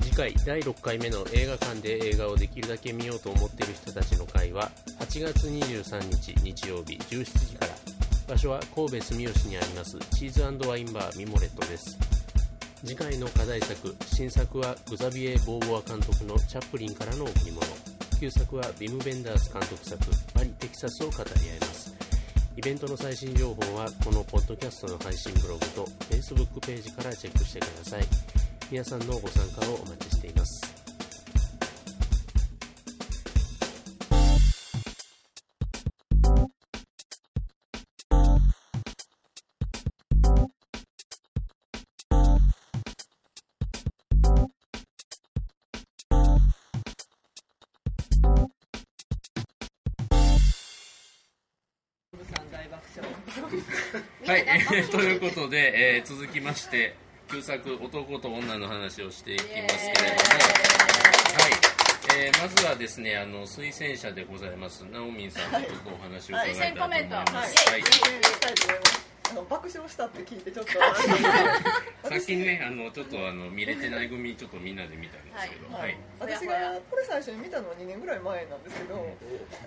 次回第6回目の映画館で映画をできるだけ見ようと思っている人たちの会は8月23日日曜日17時から場所は神戸住吉にありますチーズワインバーミモレットです次回の課題作新作はグザビエ・ボーボア監督の「チャップリン」からの贈り物旧作はビム・ベンダース監督作「パリ・テキサス」を語り合いますイベントの最新情報はこのポッドキャストの配信ブログと Facebook ページからチェックしてください皆さんのご参加をお待ちしていますはい、え ーということで、えー続きまして旧作「男と女」の話をしていきますけれども、はいえーまずはですねあの推薦者でございますナオミンさんにちょっとお話を伺いたいと思います、はいはいたいと思いますあの爆笑したって聞いてちょっと私最近ねあのちょっとあの見れてない組ちょっとみんなで見たんですけど、はい私がこれ最初に見たのは2年ぐらい前なんですけど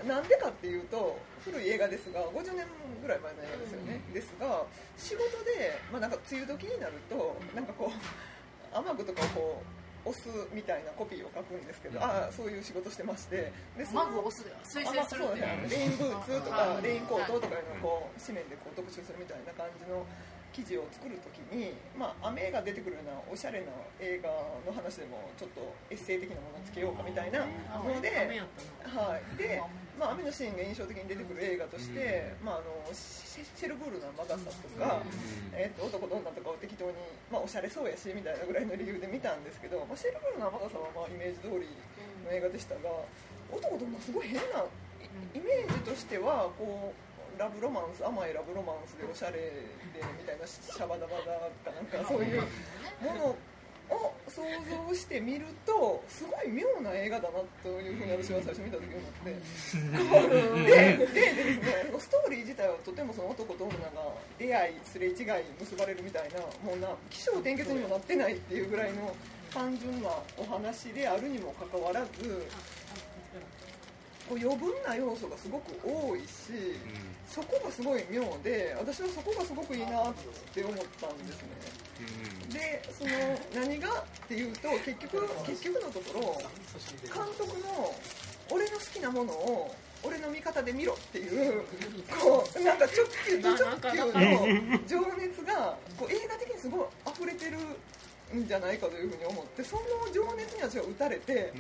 なんでかっていうと古い映画ですが50年ぐらい前の映画ですよね、ですが仕事で、まあ、なんか梅雨時になるとなんかこう雨具とかをこう押すみたいなコピーを書くんですけど、ああそういう仕事してましてでそのマグを押す推あ薦まあすそるっうていねう、レインブーツとはかいレインコートとかいうのをこう紙面でこう特集するみたいな感じの記事を作るときに、まあ、雨が出てくるようなおしゃれな映画の話でもちょっとエッセイ的なものをつけようかみたいなので。雨やったなはい、で、まあ、雨のシーンが印象的に出てくる映画として、まあ、あのシェシェルブールの雨傘とか、えっと男と女とかを適当に、まあ、おしゃれそうやしみたいなぐらいの理由で見たんですけど、まあ、シェルブールの雨傘はまあイメージ通りの映画でしたが男と女すごい変なイイメージとしてはこう。ラブロマンス甘いラブロマンスでおしゃれでみたいなシャバダバだかなんかそういうものを想像してみるとすごい妙な映画だなというふうに私は最初見た時思ってででですねストーリー自体はとてもその男と女が出会いすれ違い結ばれるみたいなもうな起承転結にもなってないっていうぐらいの単純なお話であるにもかかわらずこう余分な要素がすごく多いしそこがすごい妙で私はそこがすごくいいなって思ったんですね。でその何がっていうと結局結局のところ監督の俺の好きなものを俺の味方で見ろっていうこうなんか直球と直球の情熱がこう映画的にすごい溢れてるんじゃないかというふうに思ってその情熱に私は打たれて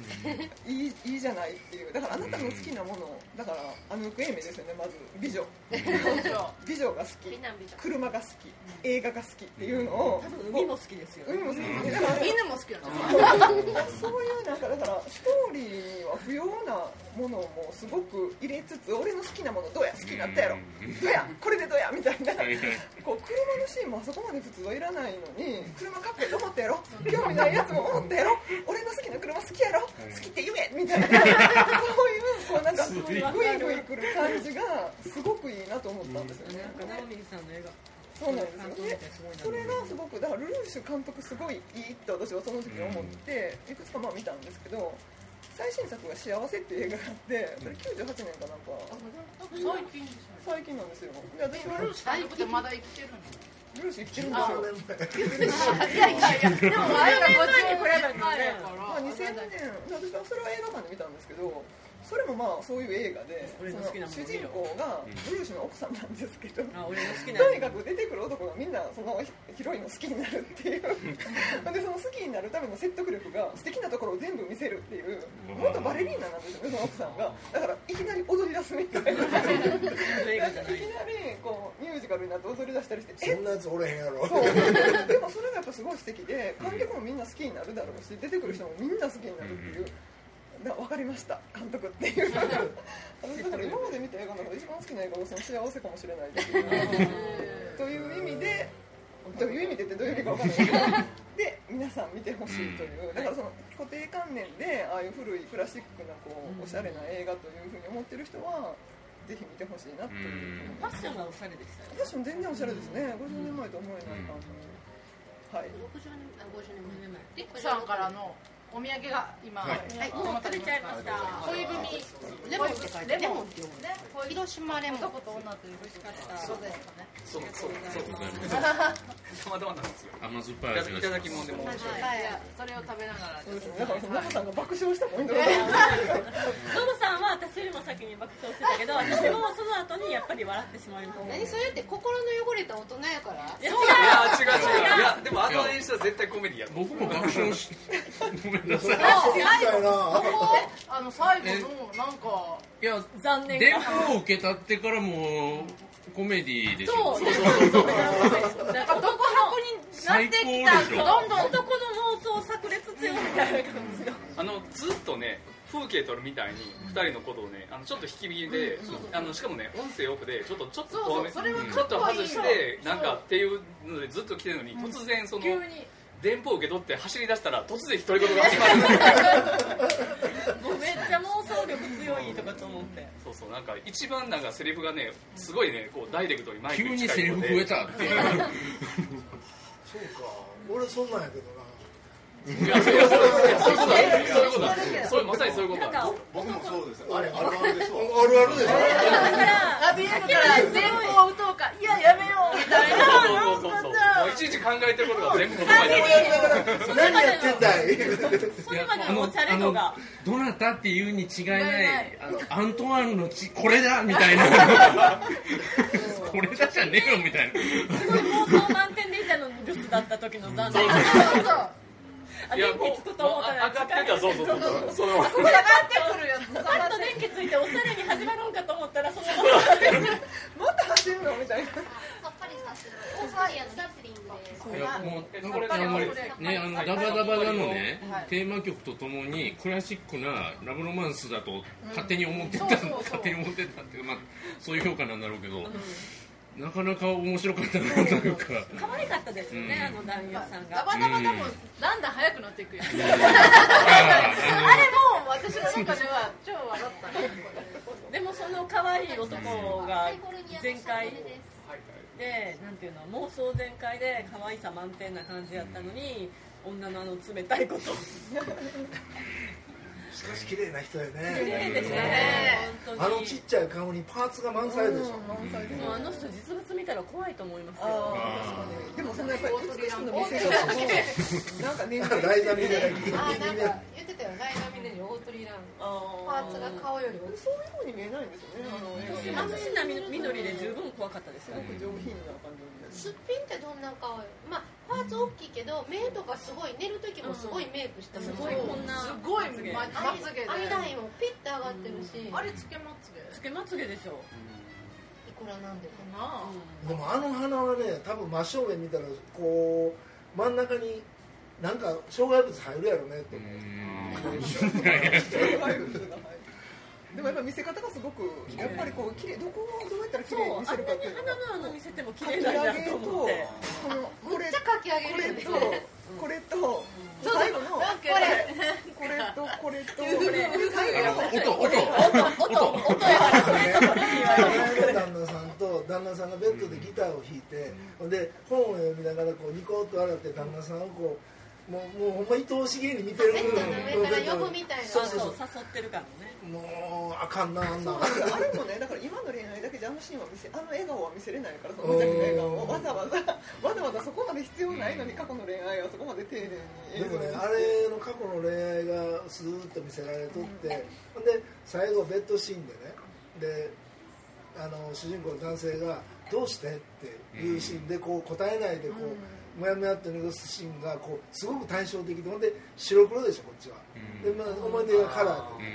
いいいいじゃないっていうだからあなたの好きなものだからアヌーク・エイメですよねまず美女美女が好き車が好き映画が好きっていうのを海も好きですよね海も好きですねだから犬も好き なんですよそういうなんかだからストーリーには不要なものもすごく入れつつ俺の好きなものどうや好きになったやろどうやこれでどうやみたいなこう車のシーンもあそこまで普通はいらないのに車かっこいいと思ったやろ興味ないやつも思ったやろ俺の好きな車好きやろ好きって言えみたいなそういうこうなんかグイグイくる感じがすごくいいなと思ったんですよね。なんかナオミンさんの映画そうなんですよねそれねがすごくだからルルーシュ監督すごいいいって私はその時に思って、いくつかまあ見たんですけど最新作が「幸せ」っていう映画があってそれ98年かなんか最近最近なんですよで私はルルーシーってまだ生きてるのルーシュ生きてるんですいやいやいやでもあれが50年前よやからまあ、2000年私はそれは映画館で見たんですけどそれもまあそういう映画で俺の好きなものその主人公がルルーシュの奥さんなんですけどあ俺の好きなとにかく出てくる男がみんなそのヒロインを好きになるっていうでその好きになるための説得力が素敵なところを全部見せるっていう元バレリーナなんですよねその奥さんがだからいきなり踊り出すみたいないの映画じゃきなないりこうミュージカルになって踊り出したりしてそんなやつおれへんやろそうでもそれがやっぱすごい素敵で観客もみんな好きになるだろうし出てくる人もみんな好きになるっていう。だ分かりました監督っていう私だから今まで見た映画の中で一番好きな映画はその幸せかもしれないですけどという意味でという意味でってどういう意味か 分からないけどで皆さん見てほしいというだからその固定観念でああいう古いクラシックなこうおしゃれな映画というふうに思ってる人はぜひ見てほしいなというふうに思いますファッションがおしゃれでしたよファッション全然おしゃれですね、50年前と思えない感じ、はい奥さんからのお土産が今、はいはい、もう食べちゃいました。恋文レモンって書いてあるレレモモンンって読むね恋広島レモン。男と女という美味しかったそうですかねそうそう そうございますたまたまなんですよ甘酸っぱい味がしますいただきもんでもはい、はいじゃあそれを食べながらそうですねだからその中さんが爆笑したポイントがノブさんは私よりも先に爆笑してたけど、私もその後にやっぱり笑ってしまいました。何それって心の汚れた大人やから。いやいや違う違ういやでもあの演出は絶対コメディやと思う僕も爆笑しごめんなさい最後あの最後のなんかいや残念電が。報を受けたってからもうコメディでしょそうなんか男箱になってき最高でしたょどんどん男の妄想炸裂強みたいな感じの。あのずっとね風景撮るみたいに2人のことをねあのちょっと引き引きで、あのしかもね音声オフでちょっとちょっとそうそう遠めそれはかっこいいちょっと外してなんかっていうのでずっと来てるのに突然その急に電報を受け取って走り出したら突然独り言が始まる もうめっちゃ妄想力強いとかと思って。そうそうなんか一番なんかセリフがねすごいねこうダイレクトにマイク急に近セいリのフで増えた っていうそうか俺そんなんやけどないやそういうことだそういうことだそういうまさにそういうことなんだか、僕もそうですよあれあるあるでしょあるあるでしだから、ラビエルから全部を打とうかいややめようみたいなそうそうそうそうもういちいち考えてることが全部言葉になるょ何やってんだいそれまでのおしゃれ度が。どなたっていうに違い違いなないいあのアントワーヌの血これだみたい なこれだじゃねえよみたいなすごい妄想満点でいたのに、留守だった時の残念。そうそうあ、いや電も気つうくと思ったら上がってたそうそうそうその上がってくるやつパッと電気ついておしゃれに始まるんかと思ったらそのまもっと走るのみたいなさっぱりさせる。オーストラリアのダスリングでいやもうえなんこれかあのこれねあのダバダバダのねはいテーマ曲とともにクラシックなラブロマンスだと勝手に思ってたそうそうそう勝手に思ってたっていうまあそういう評価なんだろうけどなかなか面白かったなというかま可愛かったですよね、うんあの男優さんダがバダバでもだんだん速くなっていくよあれあもう私の中では超笑ったねでもその可愛い男がカリフォルニアの全開シャトレですでなんていうの妄想全開で可愛さ満点な感じやったのに女のあの冷たいことしかし綺麗な人や綺ね麗でしたね本あ当のにちっちゃい顔にパーツが満載でしょもうあの人実物見たら怖いと思いますよあーでもそのやっぱり美しいの見せようとなんか年なんか齢台座みたいなあ、なんか言ってたよ。ダイナミネに大鳥ラン。パパーツが顔より大きい。そういう風に見えないんですよねあの映画松島みのりで十分怖かったですよすごねく上品な感じですすっぴんってどんな顔よまあ、パーツ大きいけど、目とかすごい、寝る時もすごいメイクしてますす。ごいこんなすごいまアまつげイでアイラインもピッて上がってるし、あれつけまつげつけまつげでしょ、いくらなんでも。なあでもあの鼻はね多分真正面見たらこう真ん中になんか障害物入るやろねって思うでもやっぱ見せ方がすごくやっぱりこう綺麗どこをどうやったら綺麗にあ見せんるなかっにていうの鼻の穴見せても綺かき麗上げなんだとと思ってこのこめれっちゃかき上げこるよれね。とこれと最後のこなんかれとこれと最後のの音音音音前の旦那さんと旦那さんがベッドでギターを弾いて、ほんで本を読みながらこうニコッと笑って旦那さんをこうもうもうほんま愛おしげに見てるベッドの上から呼ぶみたいな。そうそうそうそう誘ってるからねもうあかんなあんなあれもねだから今の恋愛だけじゃあのシーンは見せあの笑顔は見せれないからその無茶苦茶笑顔をわざわざわざわざそこまで必要ないのに過去の恋愛はそこまで丁寧にでもねあれの過去の恋愛がスーッと見せられとって、ほんで最後ベッドシーンでねであの主人公の男性が「どうして?」っていうシーンでこう答えないでこう、もやもやって濁すシーンがこうすごく対照的でほんで白黒でしょこっちは、うんで、まあ、思い出がカラーうで、ん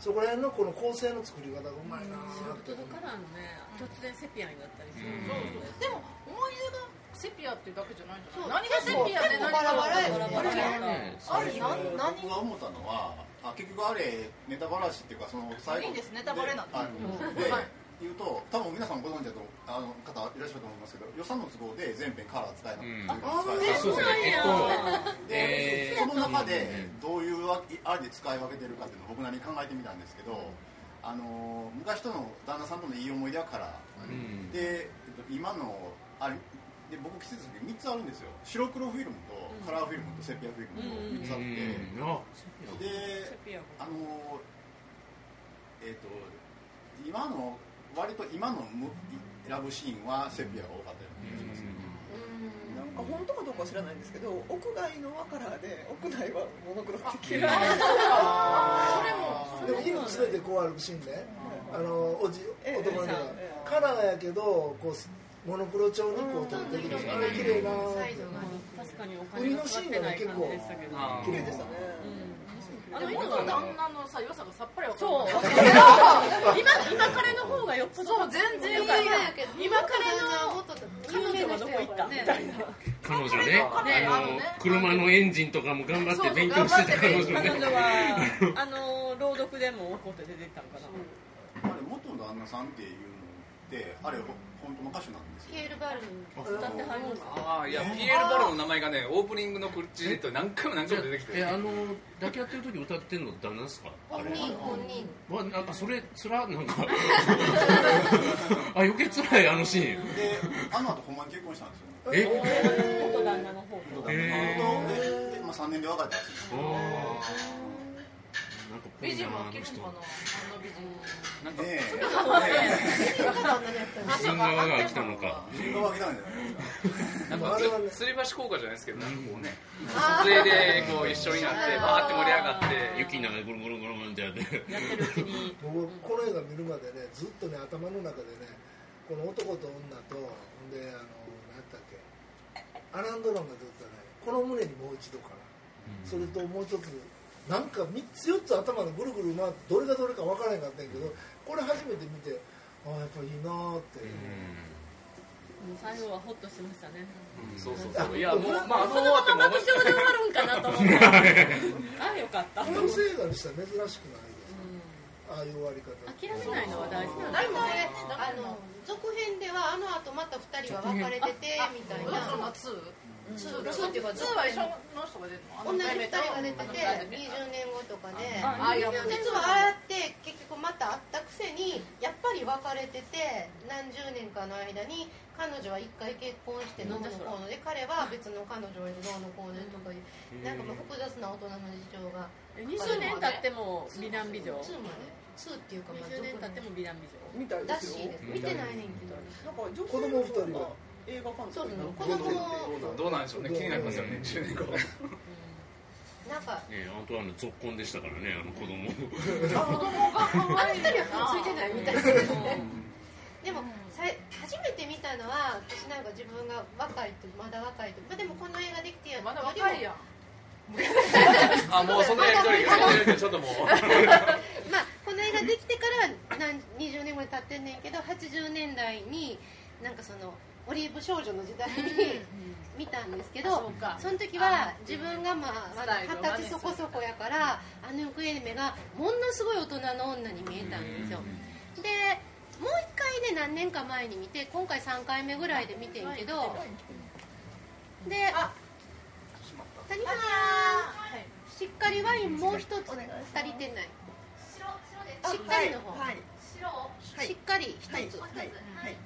そこら辺のこの構成の作り方がうまいなーって白黒カラーのね突然セピアになったりするうんそうそうでも思い出がセピアっていうだけじゃないんじゃない何がセピアそでう何バラがバラやバラバラやねあれなん何僕が思ったのはあ結局あれネタバラシっていうかその最後いいですネタバレなんてであうんではい言うと多分皆さんご存知だとあの方いらっしゃると思いますけど予算の都合で全編カラー使えなくて、うん全そう部です使えねえっなとくてえでーその中でうんどういうわあれで使い分けてるかっていうのを僕なりに考えてみたんですけど、あの昔との旦那さんとのいい思い出やから、うんでえっと今のあれで僕季節作3つあるんですよ白黒フィルムとカラーフィルムとセピアフィルムと3つあって、うんあであのえっ、と今の割と今のむラブシーンはセピアが多かったような気がしますね、なんか本当かどうか知らないんですけど屋外のはカラーで屋内はモノクロって嫌いでも今連れてこう歩くシーンね、あのおじ男の子がカラーやけどこうモノクロ調にこう撮ってくるあれ綺麗なーって確かにお海の金がかシかっーンてがなねい結感構じでしたけど綺麗でしたね、あでもの今元は旦那のさ良さがさっぱりわかそうる。今今彼の方がよっぽどそう全然いいやけど今彼の有名彼な女は人どやかこ行らったねみたいな彼女ね彼女ああののね車のエンジンとかも頑張って勉強してた彼女彼ね女はあの朗読でも怒って出てったのかなあれ元の旦那さんっていうのってあれほ本当の歌手なんですよケールバルム歌ってはりますかああいやピエール・バルの名前がねオープニングのクルチネットに何回も何回も出てきて えあの抱き合ってる時歌ってんの旦那ですかあ本れ人本人わなんかそれつらなんかあ余計つらいあのシーンであの後ほんまに結婚したんですよねえ元旦那の方元旦へ那さんとででまあ、3年で別れたらしいんですおよーなんかぽ美いな人もあ来のる人のかな。あの美人。なんかね自分側が来たのかえ自分が湧きたんじゃないですかなんかつ吊り橋効果じゃないですけどなんかこうねあ撮影でこう一緒になってバーって盛り上がって雪の中でゴロゴロゴロゴロってやってやってるうちに僕この映画見るまでねずっとね頭の中でねこの男と女とほんであの何やったっけアランドロンが出てたねこの胸にもう一度かな、それともう一つなんか3つ4つ頭のぐるぐる回ってどれがどれか分からへんかったんやけどこれ初めて見てああやっぱいいなーって、最後はホッとしましたねそうそうあそういやもうまああのこ終のわってまもま爆面白笑で終わるんかなと思 ってあよかったフランス映画にしたら珍しくないですか、ああいう終わり方諦めないのは大事なの大体あの続編ではあの後また二人は別れててみたいウルトラなのツー。ツツーツーっていうかーずっは一緒との人が出てる同の。じ二人が出てて20年後とかで実はああやって結局また会ったくせにやっぱり別れてて何十年かの間に彼女は一回結婚してどうのこうので彼は別の彼女をどうのこうのでとかいうなんかまあ複雑な大人の事情が20年経っても美男美女2まで2っていうかまあ20年経っても美男美女みたいでらすしよいです見てないねんけどなんか女子供性二人はの方が映画監そうそ督になうる子供のいどうなんでしょうね気になりますよね10年後なんかねアントワーヌ続婚でしたからねあの子供あの二人はくっついてないみたいですねでもさい初めて見たのは私なんか自分が若いとまだ若いと、まあ、でもこの映画できてやまだ若いやん。あもうそのやり取りがそのやり取りち ょっともうまあ、この映画できてから何20年ぐらい経ってんねんけど80年代になんかそのオリーブ少女の時代に見たんですけど、そうかその時は自分がまあまだスタイルを真似二十歳そこそこやからあの行方目がものすごい大人の女に見えたんですよでもう一回ね何年か前に見て今回3回目ぐらいで見てんけどであ谷川しっかりワインもう一つ足りてないしっかりの方、はいはいしっかり一つ、はいはいはい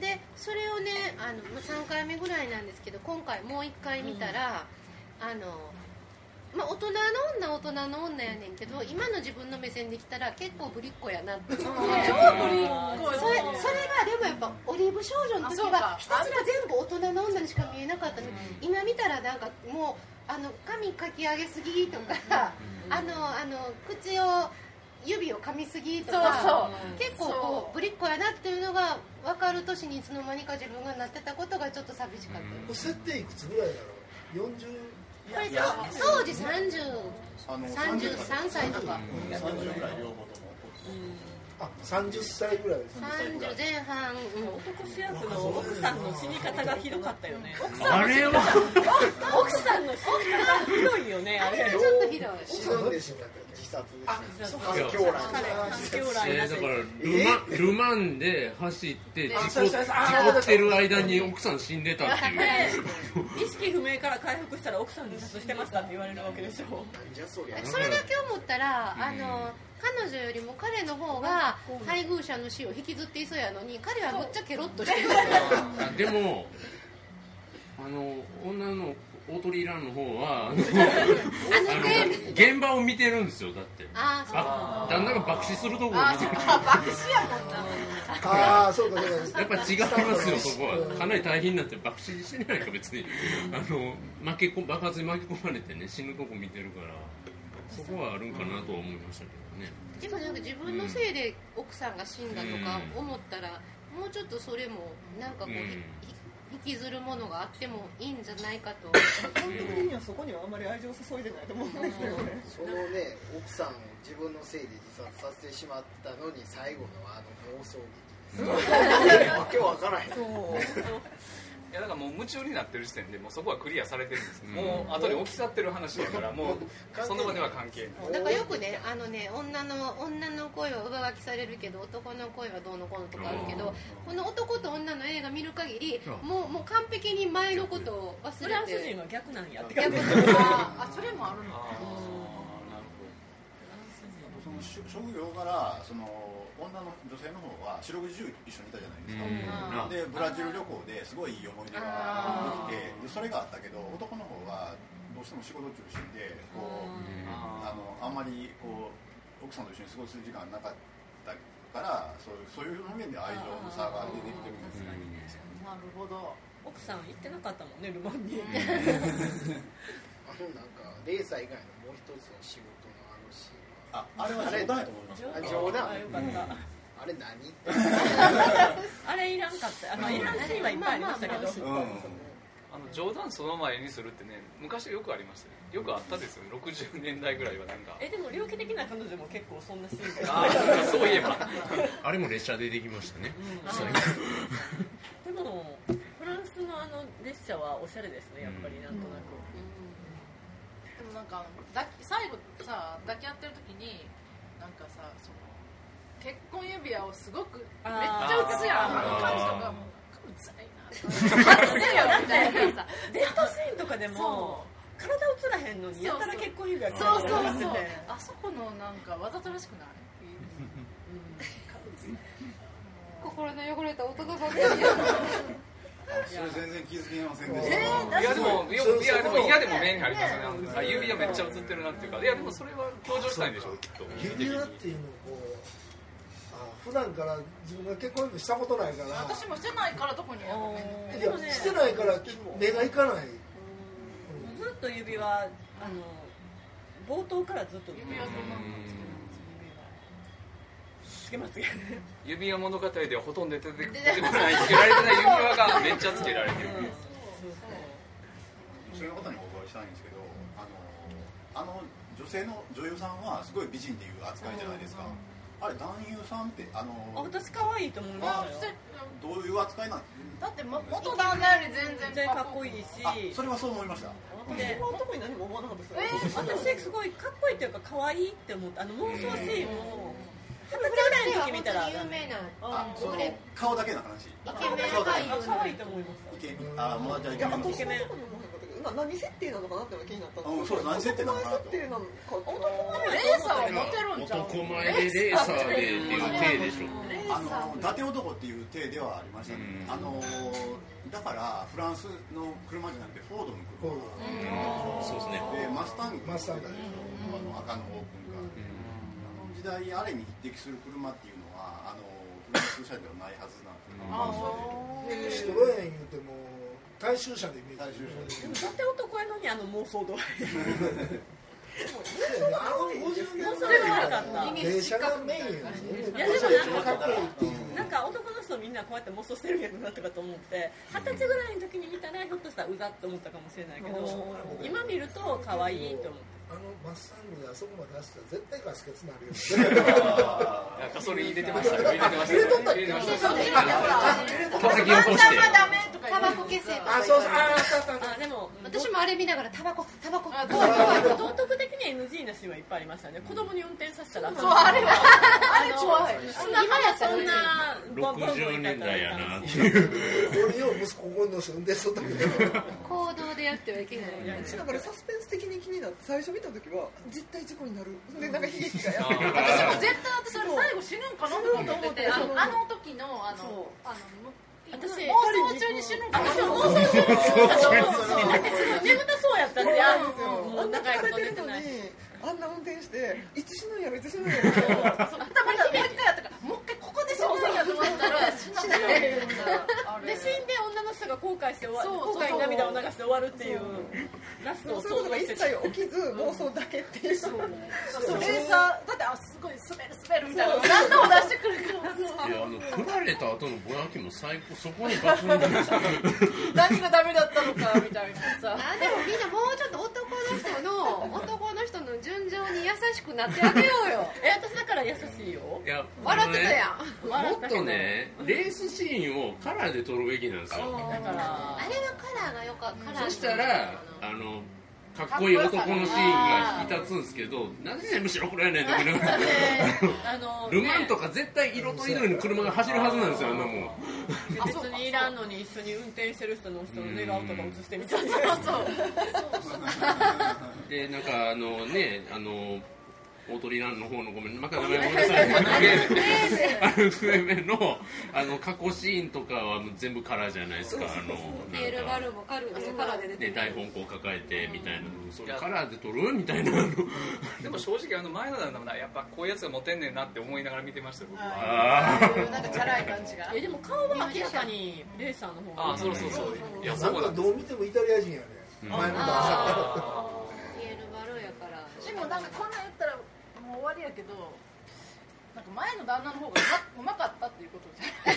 でそれをねあのまあ3回目ぐらいなんですけど今回もう1回見たら、あのまあ、大人の女大人の女やねんけど今の自分の目線で来たら結構ぶりっ子やなってそれそれがでもやっぱオリーブ少女の時はあひそうたかすら全部大人の女にしか見えなかったのに今見たらなんかもうあの髪かき上げすぎとか、あのあの口を指を噛みすぎとか結構こうぶりっ子やなっていうのが分かる年にいつの間にか自分がなってたことがちょっと寂しかったこれ設定いくつぐらいだろう40これと当時3033あの歳とか30ぐらい両方ともあ30歳ぐらいです30前半、うん男主役の奥さんの死に方がひどかったよねあれは奥さんの死に方ひどいよねああれはれちょっとひどい死ぬんでしょ自殺ですねそういや彼環境来えなーしだからルマルマンで走って事故あそうそうそうあ事故ってる間に奥さん死んでたっていう意識不明から回復したら奥さん自殺してましたって言われるわけでしょそれだけ思ったら、あの彼女よりも彼の方が配偶者の死を引きずっていそうやのに彼はむっちゃケロッとしてるでもあの女の大鳥ランの方はあのあの現場を見てるんですよだってあーそうあ旦那が爆死するところをあ見てそっるか爆死やもんなああそうかそうかやっぱ違いますよ、そこは。かなり大変になって、爆死してないか、別に。あの、負けこ、爆発に巻き込まれてね、死ぬとこ見てるから。そこはあるんかなとは思いましたけどね。 でもなんか自分のせいで奥さんが死んだとか思ったら、もうちょっとそれもなんかこう、うんひひ引きずるものがあってもいいんじゃないか と基本的にはそこにはあまり愛情を注いでないと思うんですよねそのね奥さんを自分のせいで自殺させてしまったのに最後のあの妄想劇ですわけわからへんいやだからもう夢中になってる時点でもうそこはクリアされてるんですよ、うんもう後で起き去ってる話だからもうその場では関係ないだからよくねあのね女の女の声は上書きされるけど男の声はどうのこうのとかあるけどこの男と女の映画見る限りもうもう完璧に前のことを忘れてフランス 人は逆なんやって逆感じ あそれもあるあーなるそのし職業からその女の女性の方は四六時中一緒にいたじゃないですか、うんでブラジル旅行ですごいいい思い出ができてでそれがあったけど男の方はどうしても仕事中心でこうあのあんまりこう奥さんと一緒に過ごす時間なかったからそういうそういう面で愛情の差が出てきてるんですよねなるほど奥さん行ってなかったもんねルマンにあのなんかレーサー以外のもう一つの仕事のあのシーンああれは冗談やと思いますあ冗談あよかったあれ何 あれいらんかったあまあいらんシーンはいっぱいありましたけどほど、あの冗談その前にするってね昔よくありましたよよくあったですよね60年代ぐらいはなんかえでも猟奇的な彼女も結構そんなシーンがあーそうい えばあれも列車でできましたね。うん最でもフランスのあの列車はおしゃれですねやっぱりなんとなく、でもなんかだ最後さ抱き合ってる時になんかさその結婚指輪をすごくめっちゃ映すやんあーあの感じとかもううざいなそうやだってデートシーンとかでも体映らへんのにやたら結婚指輪そうそうそうしててあそこのなんかわざとらしくない心の汚れた男ばっかりそれ全然気づきませんでしいた、やでも、いやいやでも、いやでも目に入りますよねそうそうあ。指輪めっちゃ映ってるなっていうか、いやでもそれは強調したいんでしょう、きっと。指輪っていうのをこうあ普段から自分が結婚指輪したことないから私もしてないからどこにいやしてないから目がいかないずっと指輪あの冒頭からずっと指輪そんなつけまつげ指輪物語ではほとんど出て出てこない、つけられてない指輪がめっちゃつけられてる。それのことにお伺いしたいんですけどあのあの女性の女優さんはすごい美人っていう扱いじゃないですか、あれ男優さんってあのあ私可愛いと思いあましたよどういう扱いなんだっても元旦那より全然かっこいいしあそれはそう思いましたで特に何も思わなかったえー私すごいかっこいいっていうか可愛いって思ったあの妄想シーンを二十歳ぐらいの時見たら有名なあその俺顔だけの話イケメン俳優可愛いと思いましたイケメンあまあじゃあイいケやメン私のそんなとこに思わなかったけど今何設定なのかなってのが気になったんうんそう何設定なのかなと男前設定なのかレーサーはモテるんちゃう男前でレーサーでっていう体でしょあの伊達男っていう体ではありましたね、あのだからフランスの車じゃなくてフォードの車そうですねでマスタングマスタングでしょ、あの赤のオープンカー、あの時代あれに匹敵する車っていうのはあのフランス車ではないはずなんですよシトロエン言うても大衆車でイメージ でもだって男やのにあの妄想度合いあの50年それは悪かった前電車がメインやねいやでもなんかかっこいいっていうなんか男の人みんなこうやって妄想してるんやろなとかと思って二十歳ぐらいの時に見たらひょっとしたらうざって思ったかもしれないけど今見ると可愛いと思ってあのマッサングであそこまで出したら絶対ガス欠になるよいやガソリン入れてましたよ、入れてましたよ。入れてましたよ。叩き起こして。タバコ消せとかあそうそうあそうそうあでも私もあれ見ながらタバコタバコ怖い道怖い怖い徳的に NG なシーンはいっぱいありましたね子供に運転させたらそうあれはあれ怖いそんな今やそんなボ ンボンボン60年代やなって俺いう。 よ息子ここに乗せて運転しとったけど行動でやってはいけないだからサスペンス的に気になって最初見た時は絶対事故になるでなんか悲劇がやって私るも絶対私あれ最後死ぬんかなと思っててあのあの時のあのあの私妄想中に死ぬからそう妄想中に死ぬだってすごい眠たそうやったってあるんですよもう長いこと疲寝れてるてのないにしあんな運転していつ死ぬんやろいつ死ぬんやろ頭がもう一回やったからもう一回ここで死ぬんやと思ったら死なないで死んで女の人が後悔して終わそうそう後悔に涙を流して終わるっていうラストでもをそういうことが一切起きず妄想だけっていうそうレーサーだってあすごい滑る滑るみたいな何度も出してくるからいやあの振られた後のぼやきも最高そこに爆音が 何がダメだったのかみたいなさあでもみんなもうちょっと男の人の男の人の順情に優しくなってあげよう よえ私だから優しいよいや笑ってたやんあのねもっとねレースシーンをカラーで撮るべきなんですよだからあれはカラーがよかカラーそしたらあのかっこいい男のシーンが引き立つんですけどなぜ全部白黒やねんって思いながら あのルマンとか絶対色とりどりの車が走るはずなんですよあんなもん別にいらんのに一緒に運転してる人の人の寝顔とか映してみたいなでなんかあのねあの大鳥ランの方のごめんまた名前ごめんなさいあの上目のあの過去シーンとかはもう全部カラーじゃないですかあのテールなバんかルブカルーカラーで出てねる台本こう抱えてみたいなそれカラーで撮るみたいなあのでも正直あの前のだなやっぱこういうやつがモテんねんなって思いながら見てましたよ僕はあーなんかチャラい感じがえでも顔は明らかにレーサーの方がああそうそうそういやなそんこかだどう見てもイタリア人やね前の旦あテールバルーやからでもなんかこんなん言ったらもう終わりやけどなんか前の旦那の方がうまうまかったっていうことじゃない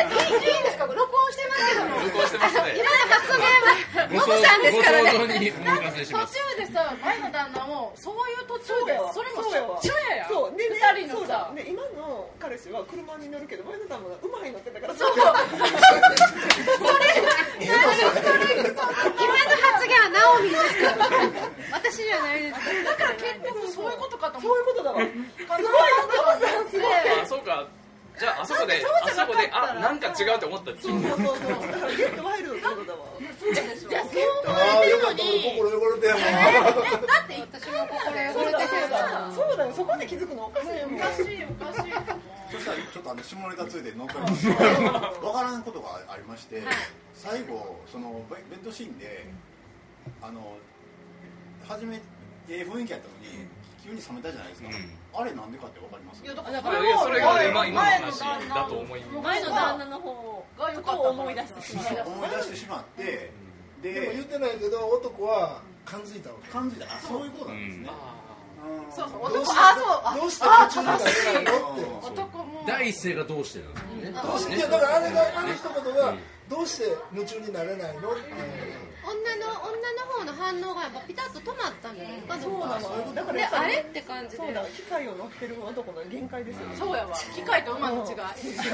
いいんですか録音してますけど録音してますねご想ご想像にお任せし途ま中すでさ前の旦那もそういう途中でそれもそうやわしょっちゅうややんそうでね二人のそうださで今の彼氏は車に乗るけど前の旦那は馬に乗ってたからそう今の発言はナオミですから私じゃないですだから結構そういうことかと思そういうことだわそういうことだすごいあそうかじゃああそこでだっあてそそうじゃなかこでったらあなんか違うって思ったってそうそうそうそうだからゲットワイルドってことだわじゃあ那さんああよかった俺心汚れてやもん私も心そ汚うれだてそうださそうだよそこで気づくのおかしいもおんかしいおかしいそしたらちょっとあの下ネタついで乗っかりますわからんことがありまして最後そのベベッドシーンであの初めええ雰囲気やったのに急に冷めたじゃないですかあれなんでかってわかりますいやだからだこかられそれがねまあ今の前の話旦那だと思いのます前の旦那の方が良かとった思い出してしまう思い出してしまってでも言っでてないけど男は感づいたわけ感じだなそういうことなんですねうんそうそうどう男してあそうどうしてあ途中で出ないのってあ男第も一声がどうしてなんですよねどうしていやだからあれがあの一言がうんどうして夢中になれないのって女の女の方の反応がやっぱピタッと止まったんじゃないですかそうなのだかでらやっぱありれって感じでそうだ機械を乗ってる男の限界ですよそうやわ機械と馬の違いそれ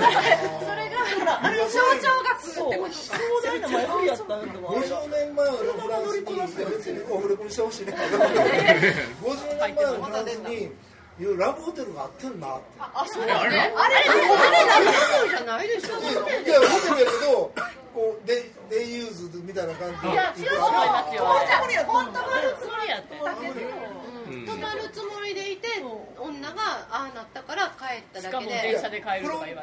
があれ象徴が来るってこと壮大な前振りやったんだと思う50年前のフランスに別にオフレコにしてほしいねんけど50年前のフランスにいうラブホテルがあってんなってそうじゃないでしいょやホテルやけどこうデデイユーズみたいな感じで思いますよ本当はつもりやって止まるつもりでいて女がああなったから帰ったしだかけもで電車で帰るフとロンか言われ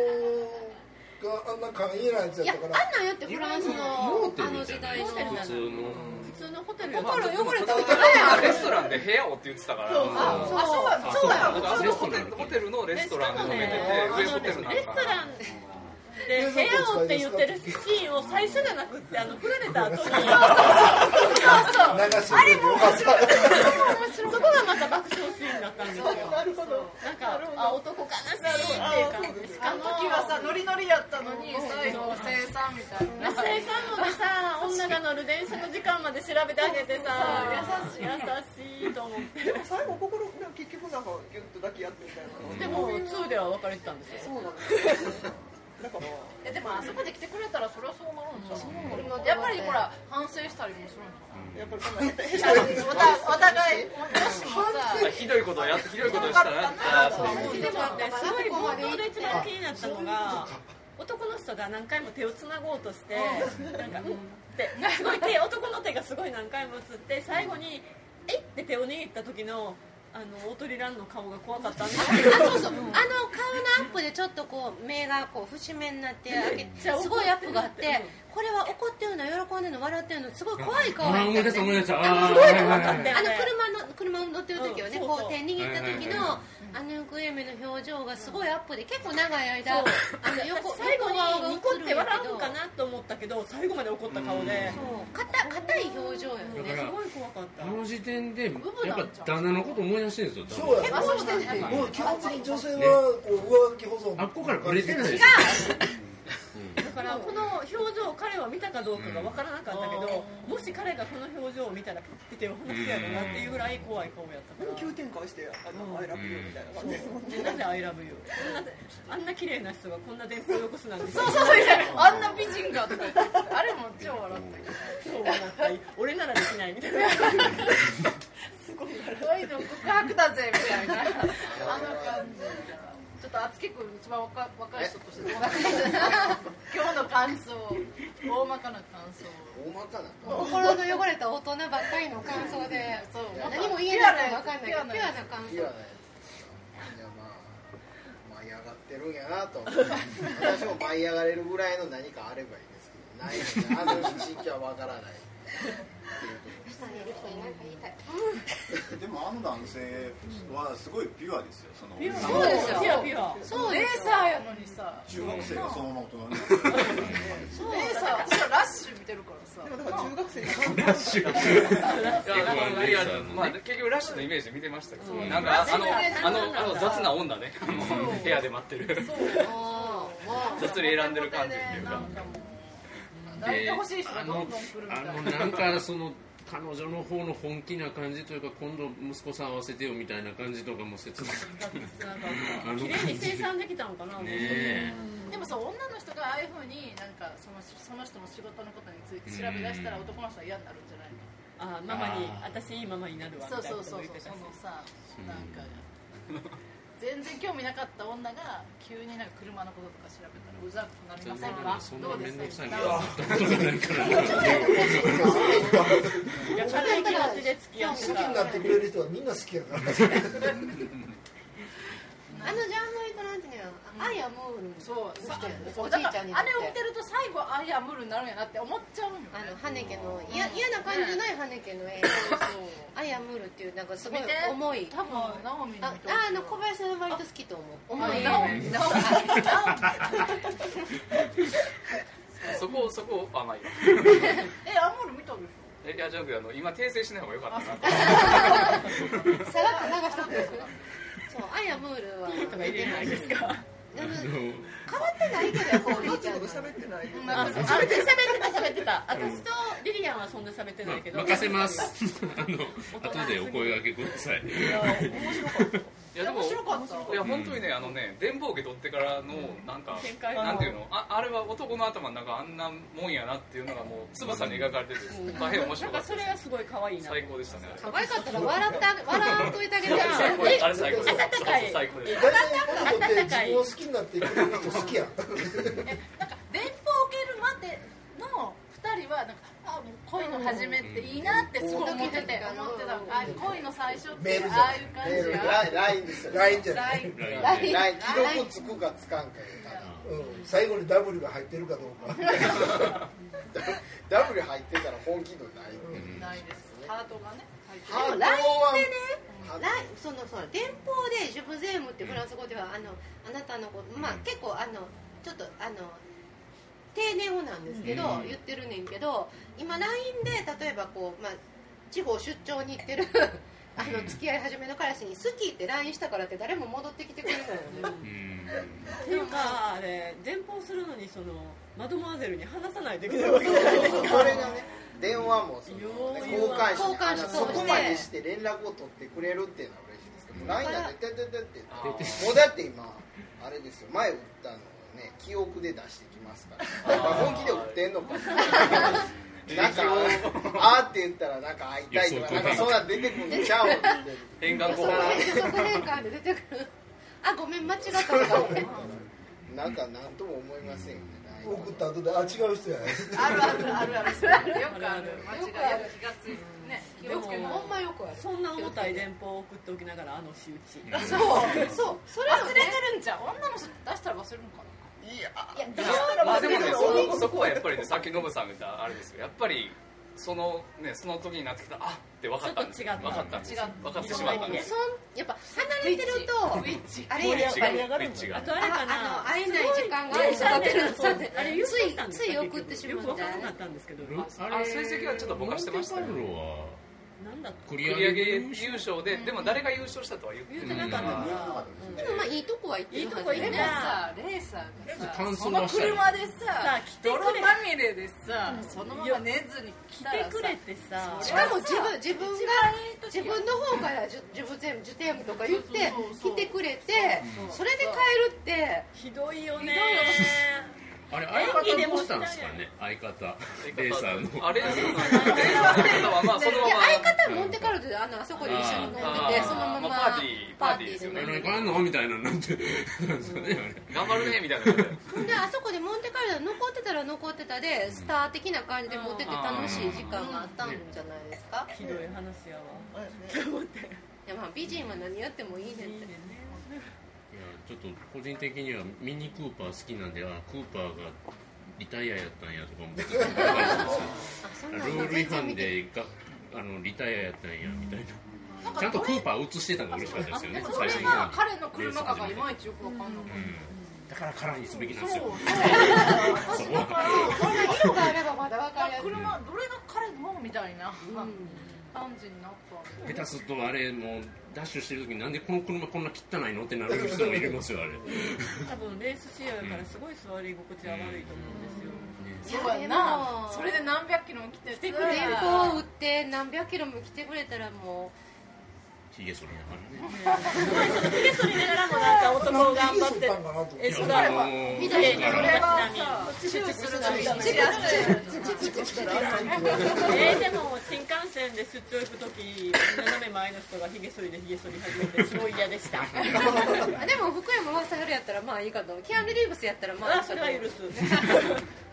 トがあんな簡易なやついややったからあんなんやってフランスのモーテあのルじゃ時ない代でのすか普通の普通のホテル心汚れただこかとないやんらレストランで部屋をって言ってたからあそうあやそうやそう僕かあそうかのホテルホテルのレストランで飲めててウエストホテルなんレストかランで部屋をって言ってるシーンを最初じゃなくってあの振られた後流にしてくれてよかったそこがまた爆笑シーンだったんですよなるほどなんかあ男かなしいっていうかあの時はさノリノリやったのに最後は生産みたいな那須さんもでさ女が乗る電車の時間まで調べてあげてさ優しい優しいと思ってでも最後心が結局なんかギュッと抱き合ってみたいでなも2では別れてたんですよそうなのだからえでもあそこで来てくれたらそれはそうなるんじゃん、やっぱりほら反省したりもするんじやっぱりそんな下手下手ゃんおたお互い女子もさひどいことをやってひどいことをしたなってなっていうでもねすごい冒頭で一番気になったのが男の人が何回も手をつなごうとしてなんかうんってすごい手男の手がすごい何回も映って最後にえっって手を握った時のあの大鳥蘭の顔が怖かったんですけどあそうそうあの顔のアップでちょっとこう目がこう節目になって開けてめっちゃ怒ってるすごいアップがあってこれは怒ってるの喜んでるの笑ってるのすごい怖い顔あや思たい出した思い出したああーすごいはい怖かっはたいあのはい車の車を乗ってる時はねこう手握った時のあのグエメの表情がすごいアップで結構長い間あの横 最後に横顔がニコ映るっんてや笑けうどんかなと思ったけど最後まで怒った顔でそう硬硬い表情よだねからすごい怖かったあの時点でやっぱ旦那のこと思い出してるんですよそうや多な分もう基本的に女性はこう上書き保存あっこからブレてない違でうすよだからこの表情を彼は見たかどうかが分からなかったけど、もし彼がこの表情を見たらパッて手を離すやろなっていうぐらい怖い顔やったから、急展開してあの、アイラブユーみたいな感じですもんねでなぜ「アイラブユー」あんな綺麗な人がこんな伝説を残すなんて そうそういやあんな美人がとか言ってあれも超笑ったけどそう思ったり俺ならできないみたいな恋の告白だぜみたいなあの感じちょっとあつき君一番若若い人として今日の感想大まかな感想大まかな心の汚れた大人ばっかりの感想でそう何も言えないから分かんないけどピピュュアアな感いや想ねいやまあ舞い上がってるんやなと思って私も舞い上がれるぐらいの何かあればいいですけどないのであの地域はわからないっていうところですなんか言いたいでもあの男性はすごいピュアですよそのそうですよピラピラそうレーですサーやのにさ中学生がそのまま大人になそうレーサー私はラッシュ見てるからさだから中学生にラッシュいやまあ結局ラッシュのイメージで見てましたけど、うんなんかあのラッシュのあイメージのあの雑な女ね、あの部屋で待ってる、あ雑に選んでる感じっていうか、抱いてほしい人がどんどん来るみたあいのななんかその彼女の方の本気な感じというか今度息子さん合わせてよみたいな感じとかも切なかっなたんか あの綺麗に生産できたのかな、ねえでもさ女の人がああいうふうになんかそのその人の仕事のことについて調べ出したらうん男の人は嫌になるんじゃないのあママにあー私いいママになるわみそうたいなそこうそうとも言ってそたしのさうんなんか全然興味なかった女が急になんか車のこととか調べたらうざくなりませそんんかどなうで面す倒くさいかことやったことないからなやっぱり気持ちで付き合って好きになってくれる人はみんな好きやからあのジャンヌイトなんてねアイアムールそうそうそうおだじかいらちゃんにあれを見てると最後あいやムールになるんやなって思っちゃうのよあねのハネケのいや嫌な感じのないハネケの映画アイアムールっていうなんかすごい見て重い多分ナオミのあ人あの小林さん割と好きと思う重いナオミナオミそこそこ甘いわ。えアムール見たでしょえいやじゃなくてあの今訂正しない方が良かったなってさらっと流したん ですそうアイアムールはとか入れるじゃないですかあの変わってないけどやっぱおじいちゃんほのと喋ってないよあ、そう喋ってた喋ってた。私とリリアンはそんな喋ってないけど。ま任せます。あの後 でお声掛けください。いやでも面白かったいや本当にねあのね電報機取ってからのなんか展開なんていうのああれは男の頭の中あんなもんやなっていうのがもう翼に描かれてて大変面な白んかかったそでれすがすごい可愛いな。最高でしたねあ可愛かったら笑ってあげ笑っといてあげてれ最高えあれ最高でした温かい最高でし大体男って自分を好きになってくれる人好きやんなんか電報を受けるまでの2人はなんかあもう恋の始めっていいなってすごい思ってて思ってたあ恋の最初っメーてルじゃあなあいいう感メーじルやラインラインですよ LINE じゃない LINE 来年ライン記録つくかつかんかいう感じうん最後に W が入ってるかどうかダブル入ってたら本気度ない っていうないですハートがね入ってるハートラインはでねライそのその電報でジュブゼームってフランス語ではあのあなたのことまあ結構あのちょっとあの定年語なんですけど、うん言ってるねんけど今 LINE で例えばこう、まあ、地方出張に行ってるあの付き合い始めの彼氏に「好き」って LINE したからって誰も戻ってきてくれないのよねうんっていうかあれ電報するのにそのマドモアゼルに話さないといけないわけじゃないですか。それがね電話もそのよう交換交換して手としてそこまでして連絡を取ってくれるっていうのは嬉しいですけどうん LINE なんて「ててて」ってあーもうだって今あれですよ前打ったのをね記憶で出してきますからまあ本気で打ってんのかなんか「あ」って言ったらなんか会いたいとかいやそうなんかそんなん出てくるんちゃうんで変換そ後う方変則変換で出てくるあごめん間違ったとかなんかなんとも思いませんよね LINE 送った後であ違う人やあるあるあるあるそれよくある間違いよく気がついねでもほんまよくあるそんな重たい電報を送っておきながらあの仕打ちそうそうそれ忘れてるんじゃん女の人出したら忘れるのかないやいやまあでもねそこそこはやっぱりねさっきノブさんが言ったあれですよやっぱりそのねその時になってきたあって分かったんですちょっと違分かったんです分かってしまったんですそんやっぱ離れてるとあれやっぱりウィッチがあとあれかな会えない時間があるあれついつい送ってしまうよみくわたかいんななかったんですけどあ成績はちょっとぼかしてましたよなんだっ繰り上げ優勝ででも誰が優勝したとは言ってなかったでもまあいいとこは行ってるはずでもさレーサーがさ単走そのはしたよ車でささ来てくれ泥まみれでさそのまま寝ずに来たらさ来てくれってさしかも自分自分が自分の方からじゅ自分全部受テームとか言って来てくれてそれで帰るってひどいよねあれ相方どうしたんですかね相方レーサーのあレーサーのレーサーの方はまあそのまいやま相方モンテカルロであのあそこで一緒に飲んでてそのままパーティーパーティーですよね何かあんのみたいななんてなんですかね 頑張るねみたいなことでであそこでモンテカルロで残ってたら残ってたでスター的な感じで持ってて楽しい時間があったんじゃないですかひどい話やわいやまあ美人は何やってもいいねっていやちょっと個人的にはミニクーパー好きなんであクーパーがリタイアやったんやとか思ってたんですよルール違反でがあのリタイアやったんやみたいなんなかちゃんとクーパー映してたのが嬉しかったですよでねもそれ最初がに彼の車かがいまいちよくわかんなかっただからカラーにすべきなんですよそうそそこうはこんな色があればまだわかるやつ車どれが彼のみたいな感じになった下手するとあれもうダッシュしてる時になんでこの車こんな汚いのってなる人もいるますよあれ多分レース仕様やからすごい座り心地は悪いと思うんですよそうやなそれで何百キロも来て電て報を売って何百キロも来てくれたらも ヒゲ剃りながらねゲストにながらもなんか男頑張ってえそれはみたいなだそかれらはさチューするのにしやすいえーでも新幹線で出張行く時斜め前の人がひげ剃りでひげ剃り始めてすごい嫌でしたうあでも福山雅治やったらまあいいかとキアヌ・リーブスやったらまああそれは許す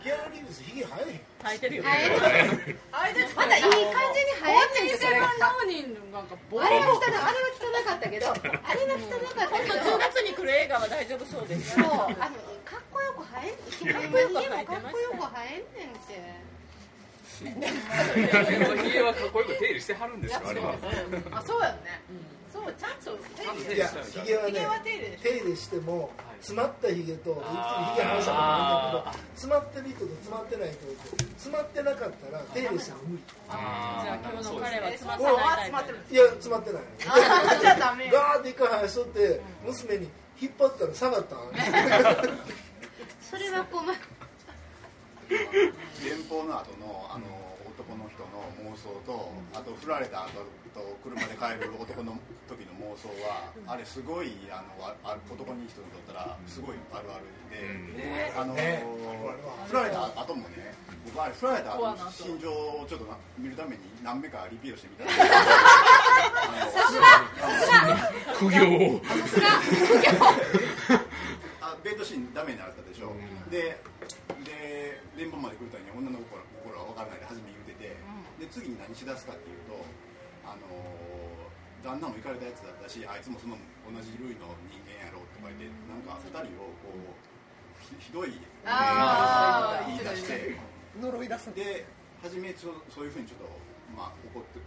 キアラリーブスヒゲ生えへん耐えてるよね生えるまだいい感じに生えてるんですよあれは何人なんか汚ボいあれは汚かったけどあれは汚かったけど10月に来る映画は大丈夫そうですそうあのかっこよく生えんイケメンにもかっこよく生えんねんって家はかっこよく手入れしてはるんですよあれはあそうやねそうちゃんと手入れいやヒゲはヒゲはね手入れでしょ手入れしても詰まったヒゲと普通にヒゲ生えしたことあるんだけど詰まってる人と詰まってない人と詰まってなかったら手入れしても無理じゃあ今日の彼はつま妻ささんはない集まってるいや詰まってないあじゃあダメよ ガーって一回生やしとって娘に引っ張ったら下がった それは困る電報の後のあの男の人の妄想と、あと振られた後と車で帰る男の時の妄想は、あれすごいあのああ男に人にとったらすごいあるあるで、あの振られた後もね、僕あれ振られた後の心情をちょっとな見るために何目かリピートしてみたんですけど。苦行をあベッドシーンダメになったでしょ、でで連邦まで来るために女の心心は分からないで初め言うてて、で次に何しだすかっていうとあのー旦那も行かれたやつだったしあいつもその同じ類の人間やろうとか言ってなんか2人をこうひひどいあー言い出して呪い出すんでで初めそうそういうふうにちょっとまあ怒って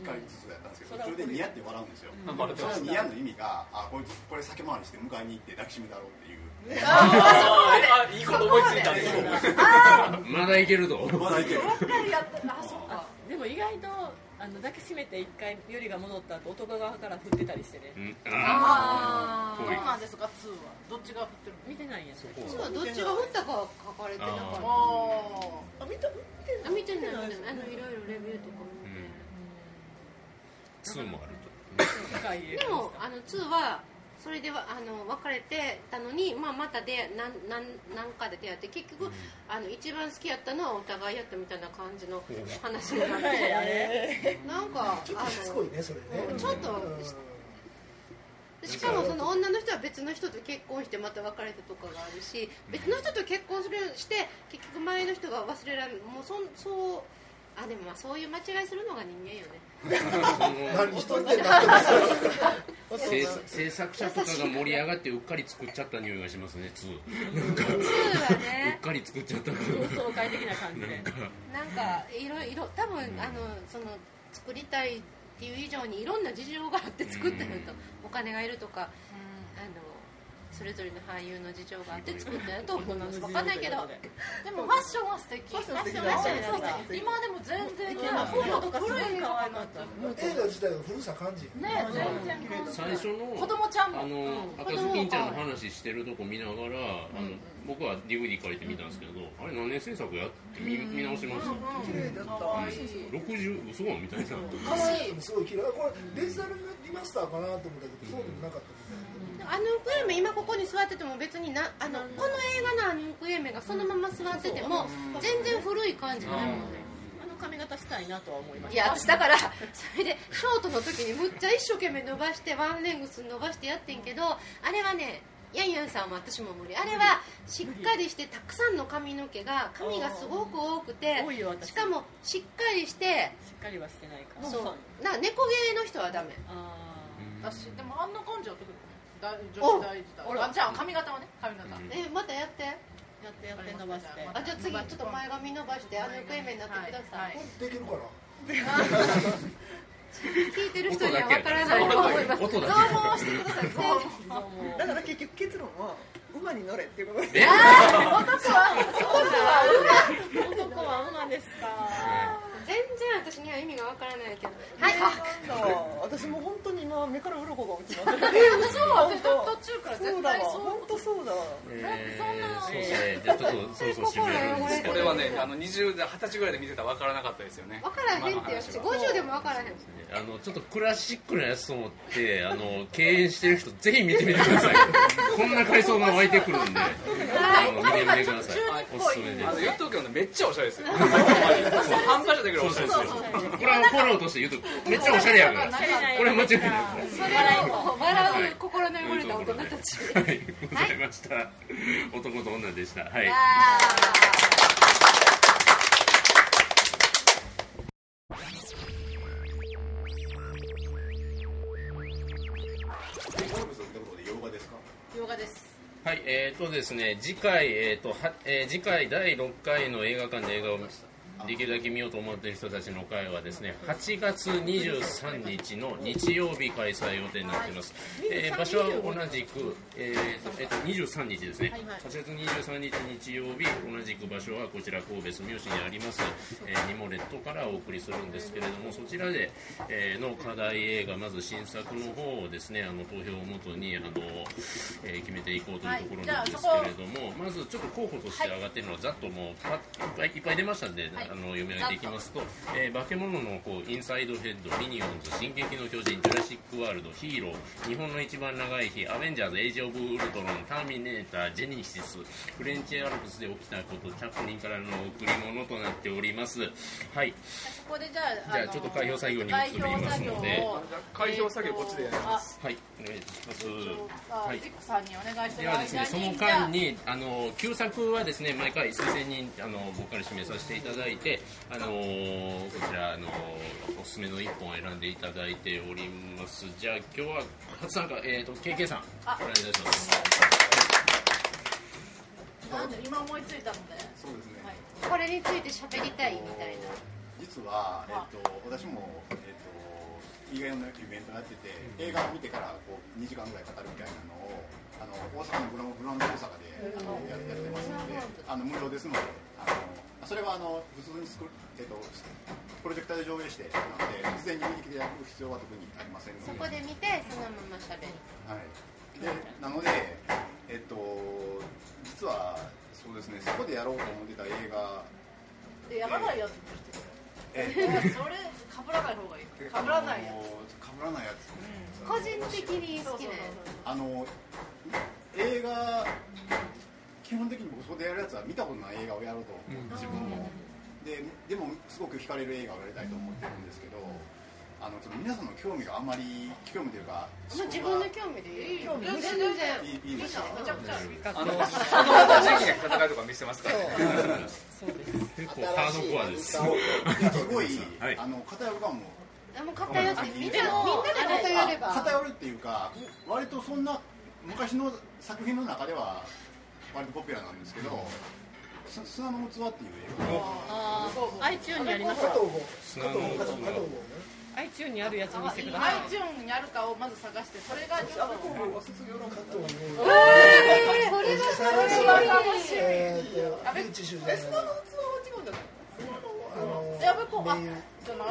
怒りつつやったんですけど、うんそれはそれでニヤって笑うんですよ、うんそれはニヤの意味があこいつこれ先回りして迎えに行って抱きしめだろうっていう。あいいこと思いついたねまだいけるとまだいける。あそうかでも意外とあの抱きしめて一回よりが戻った後男側から振ってたりしてねうんあどーうぽいなんですか2はどっちが振ってる見てないんやつそうどっちが打ったかは書かれてなかのっああ見た見てたあ見てない見てないあのいろいろレビューとかもうん2もある高い家でもあの2はそれではあの別れてたのに、まあ、またでなんなんなんかで出会って結局、あの一番好きやったのはお互いやったみたいな感じの話になってあれなんかちょっあとしつこいねそれねちょっとうんしかもその女の人は別の人と結婚してまた別れたとかがあるし別の人と結婚するして結局前の人が忘れられないもうそんそうあでもまあそういう間違いするのが人間よね何一人で納得する 制作制作者とかが盛り上がってうっかり作っちゃった匂いがしますね2なんか うっかり作っちゃったから同窓会的な感じでなんかいろいろ多分、あのその作りたいっていう以上にいろんな事情があって作ったのと、お金がいるとか、あのそれぞれの俳優の事情があって作ったのと思います分かんないけどでもファッションは素敵ファッションは素敵今でも全然キャラフォードとかすごい可愛かった映画自体が古さ感じるね全然可愛い最初の子供ちゃんもあうんの赤ずきんちゃんの話してるとこ見ながら、あの僕は DVD 借りて見たんですけど、あれ何年制作やって見,、見直しました、綺麗だった六十60嘘みたいな可愛いもすごい綺麗これデジタルリマスターかなと思ったけどそうでもなかったアヌンクエメ今ここに座ってても別になあのこの映画のアヌンクエメがそのまま座ってても全然古い感じがないもんねあの髪型したいなとは思いましいたや私だからそれでショートの時にむっちゃ一生懸命伸ばしてワンレングス伸ばしてやってんけどあれはねヤンヤンさんも私も無理あれはしっかりしてたくさんの髪の毛が髪がすごく多くて多いよ私しかもしっかりしてしっかりはしてないからそうな猫毛の人はダメ私でもあんな感じは特に大女子大事だあじゃあ髪型はね髪型えまたやってやってやって伸ばしてあじゃあ次ちょっと前髪伸ばしてあのイメになってください、できるかな聞いてる人には分からないと思います音だけ増毛してくださいだから結局結論は馬に乗れっていうことですえ男は馬ですか全然私には意味が分からないけどはいあ私も本当に今目から鱗が落ちますえ嘘私途中からそう絶だわ対そう本当そうだわえーそうですねじゃあちょっとそろそろ締めるんですけどこれはねあの20代二十歳ぐらいで見てたら分からなかったですよね分からへんって私50でも分からへんあのちょっとクラシックなやつと思ってあの敬遠してる人ぜひ見てみてくださいこんな回想が湧いてくるんであの見てみてくださいおすすめであのす言っとくけどねめっちゃおしゃれですよほんまに半端じゃないぐらいそおうそしゃれうですそうよこれはフォローとして言うとめっちゃおしゃれやからこれは間違いないからそれを笑う心の汚れた大人たちはい、ございました。男と女でした。はい。洋画ですはい、えっ、とですね、次回、えっ、と、は、えー次回第6回の映画館で映画をできるだけ見ようと思っている人たちの会はですね、8月23日の日曜日開催予定になっています。えー場所は同じく、えっ、と、えーと、23日ですね。8月23日日曜日、同じく場所はこちら神戸住吉にあります、えーニモレットからお送りするんですけれども、そちらで、えーの課題映画、まず新作の方をですね、あの、投票をもとに、あの、えー決めていこうというところなんですけれども、まずちょっと候補として上がっているのは、ざっともうパッいっぱいいっぱい出ましたんで、あの読み上げていきますと、えー化け物のこうインサイドヘッド、ミニオンズ、進撃の巨人、ジュラシック・ワールド、ヒーロー、日本の一番長い日、アベンジャーズ、エイジ・オブ・ウルトロン、ターミネーター、ジェニシス、フレンチ・アルプスで起きたこと、チャップリンからの贈り物となっております。はい、ここでじゃあじゃあちょっと開票作業に移りますので、開票作業こっちでやりますはい、お願いします。ははいいさんにお願いしてではですね、その間間にあの旧作はですね毎回推薦人あの僕から指名させていただいてあのこちらあのおすすめの一本を選んでいただいております。じゃあ今日は初参加えっ、ー、と KK さんあお願いいたします。なんで今思いついたのでそうですね、これについて喋りたいみたいな実は、えっと、私も、えっと、意外なイベントやってて、映画を見てからこう2時間ぐらい語るみたいなのをあの大阪のグラングランド大阪であのややってますのであの無料ですのであのそれはあの普通にスク、えっと、プロジェクターで上映してなので事前に見に来てやる必要は特にありませんのでそこで見てそのまま喋るはい、でなので、えっと、実はそうですねそこでやろうと思ってた映画、でやらない やつえっそれかぶらない方がいいかぶらないやつかぶらないやつ、個人的に好きなやあの映画基本的に僕そこでやるやつは見たことない映画をやろうと、自分もででもすごく惹かれる映画をやりたいと思ってるんですけどああのちょっと皆さんの興味があんまり興味というかもう自分の興味でいいよ全然いいいいですよめちゃくちゃいいかあの、らあのまた正義な戦いとか見せますからね。結構ハードコアですいやすごい、あの偏るかもあもう偏ってみんなみんなで偏ればあ偏るっていうか割とそんな昔の作品の中では割とポピュラーなんですけど「す砂の器」っていう映画ああ iTune にあります加藤よ剛加藤剛加藤剛ね iTune にあるやつ見せてください iTune にあるかをまず探してそれがちょっとおえーこれは楽しみえーと安倍井口修え介スさマんホの器は違うんじゃないえ安倍公あじゃない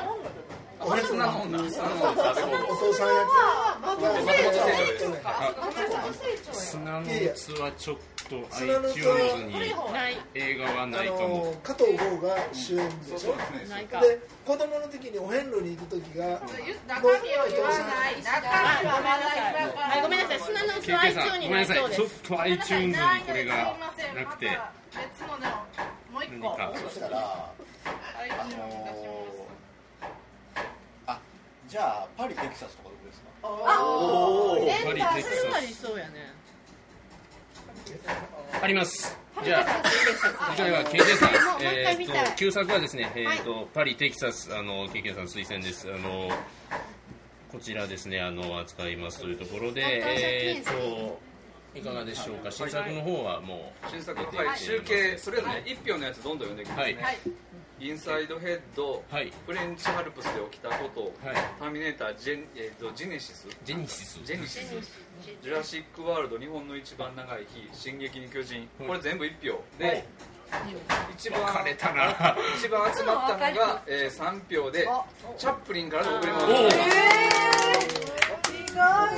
あれ、そんなもんだ。そんなもんだ。お父さん役松本清張あ松本清張砂の器ちょっと砂の器 iTunes にない映画はないかあもの加藤剛が主演でしょ、ないかで子供の時にお遍路に行く時が、中身を言わない中身はまだ言わないはいごめんなさい砂の器ケンケンさ iTune んごにめんなないさそういでちすょっと iTunes にこれがなくて別のでももう一何個かそしたらあ iTunes に出しのあじゃあパリテキサスとかどうですかおおメパンリバテキーすんサなスりそうやねあります。じゃあ、じゃあ、ケンケンさん、えーっと、旧作はですね、えーっと、パリテキサス、あの、ケンケンさん推薦です。あの。こちらですね、あの、扱いますというところで、えーっと。いかがでしょうか。新作の方はもう。新作はい、集計、それぞれね、一票のやつどんどん読んでいきますね。インサイドヘッド、フレンチハルプスで起きたこと、ターミネーター、ジェンえーとジェネシス、ジェネシスジェネシス、ジュラシック・ワールド、日本の一番長い日、進撃の巨人、これ全部一票で、一番分かれたな 一番集まったのが、えー、3票で、チャップリンからの贈り物おーます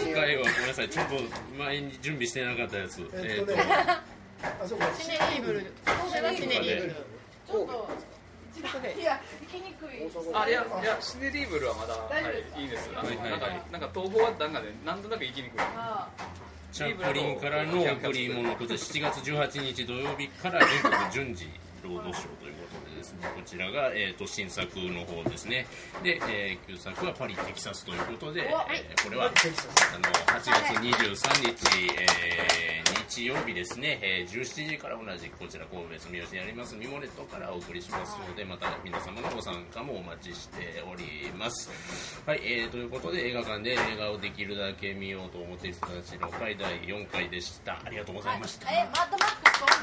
次回は、ごめんなさい、ちょっと前に準備してなかったやつ。えーっと、あそこシネリーブル神戸はシネリーブルちょっといや行きにくいあいやいやシネリーブルはまだ、大丈夫はですかい、いいですあの、はいはいなんかなんか東宝はなんかねなんとなく行きにくいあチャップリンからの贈り物こちら7月18日土曜日から全国順次労働省ということでですねこちらが、えー、と新作の方ですねで、えー旧作はパリ・テキサスということで、えーこれはあの8月23日、えー日曜日ですね、えー17時から同じくこちら神戸住吉にありますミモレットからお送りしますのでまた皆様のご参加もお待ちしておりますはい、えー、ということで映画館で映画をできるだけ見ようと思っている人たちの会第4回でしたありがとうございましたえマッドマックスとんの